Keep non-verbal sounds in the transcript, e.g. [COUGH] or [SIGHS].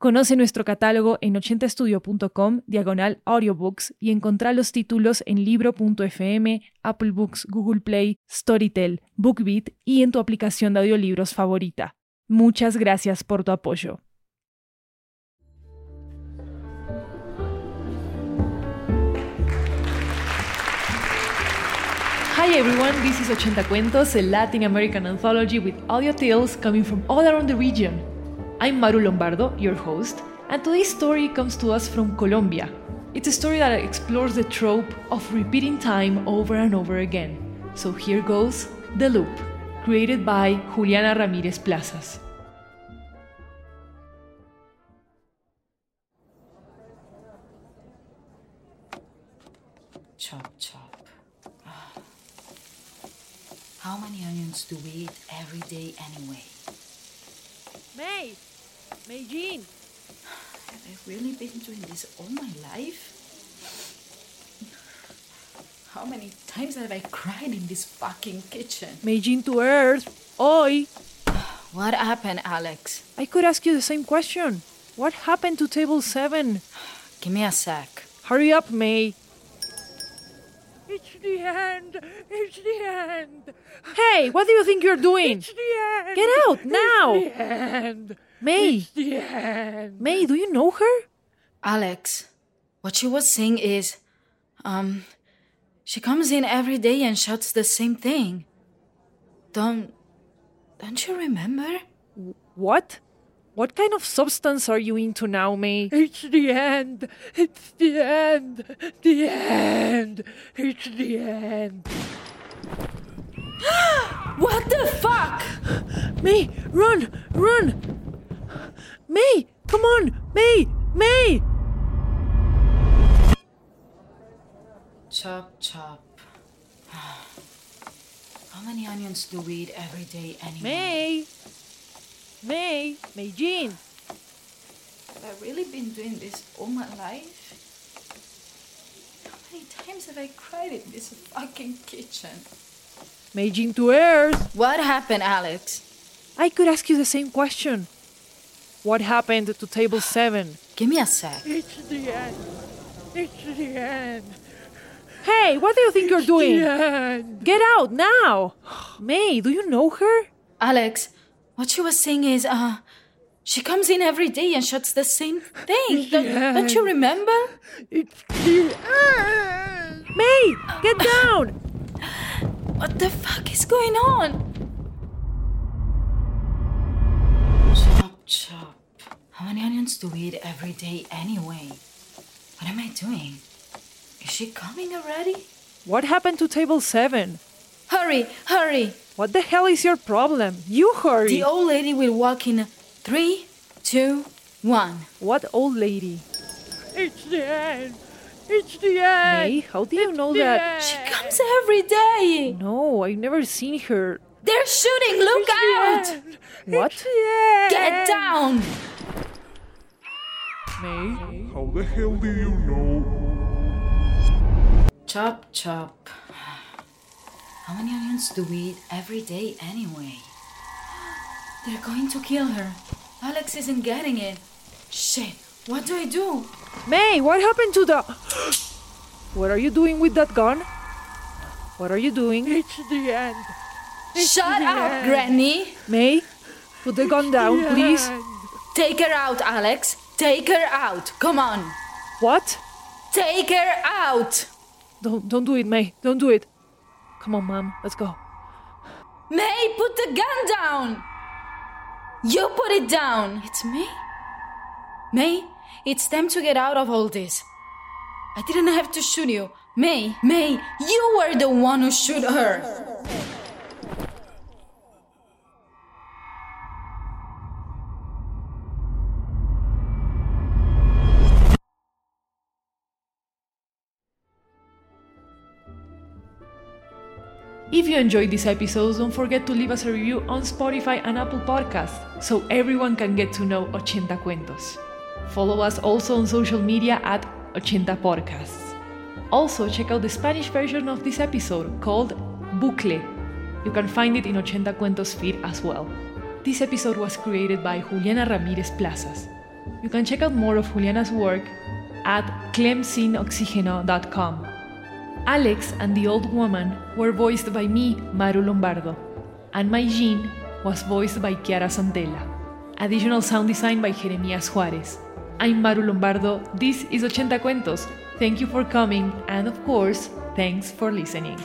Conoce nuestro catálogo en 80estudio.com, diagonal audiobooks, y encontrá los títulos en libro.fm, Apple Books, Google Play, Storytel, BookBeat y en tu aplicación de audiolibros favorita. Muchas gracias por tu apoyo. Hi everyone, this is 80 Cuentos, a Latin American anthology with audio tales coming from all around the region. I'm Maru Lombardo, your host, and today's story comes to us from Colombia. It's a story that explores the trope of repeating time over and over again. So here goes The Loop, created by Juliana Ramirez Plazas. Chop, chop. Ah. How many onions do we eat every day anyway? May! May Jean! Have I really been doing this all my life? How many times have I cried in this fucking kitchen? May Jean to Earth! Oi! What happened, Alex? I could ask you the same question. What happened to table 7? Give me a sec. Hurry up, May! It's the end! It's the end! Hey, what do you think you're doing? It's the end! Get out now! It's the end! May! It's the end! May, do you know her? Alex, what she was saying is, um, she comes in every day and shouts the same thing. Don't, don't you remember? What? What kind of substance are you into now, May? It's the end. It's the end. The end. It's [GASPS] the end. What the fuck? May, run, run! May, come on, May, May! Chop, chop. [SIGHS] How many onions do we eat every day anyway? May, May, May Jean. Have I really been doing this all my life? How many times have I cried in this fucking kitchen? May Jean to Earth. What happened, Alex? I could ask you the same question. What happened to table seven? Give me a sec. It's the end. It's the end. Hey, what do you think you're doing? The end. Get out now! May, do you know her? Alex, what she was saying is, uh, she comes in every day and shuts the same thing. Don't, don't you remember? It's the end. May, get down! What the fuck is going on? Chop, chop. How many onions do we eat every day anyway? What am I doing? Is she coming already? What happened to table seven? Hurry, hurry! What the hell is your problem? You hurry! The old lady will walk in three, two, one. what old lady? It's the end. It's the end. May, how do you know that? She comes every day! No, I've never seen her. They're shooting! Look out! What? Get down! May? How the hell do you know? Chop, chop. How many onions do we eat every day anyway? They're going to kill her. Alex isn't getting it. Shit, what do I do? May, what happened to the. What are you doing with that gun? What are you doing? It's the end. [LAUGHS] Shut up, Granny! May, put the gun down, please. Take her out, Alex! Take her out! Come on! What? Take her out! Don't, don't do it, May. Don't do it. Come on, Mom. Let's go. May, put the gun down! You put it down! It's me? May, it's time to get out of all this. I didn't have to shoot you. May, May, you were the one who shoot her! If you enjoyed these episodes, don't forget to leave us a review on Spotify and Apple Podcasts so everyone can get to know 80 Cuentos. Follow us also on social media at 80 Podcasts. Also, check out the Spanish version of this episode called Bucle. You can find it in 80 Cuentos feed as well. This episode was created by Juliana Ramirez Plazas. You can check out more of Juliana's work at clemsinoxigeno.com. Alex and the old woman were voiced by me, Maru Lombardo, and my Jean was voiced by Chiara Santella. Additional sound design by Jeremias Juarez. I'm Maru Lombardo. This is 80 Cuentos. Thank you for coming, and of course, thanks for listening.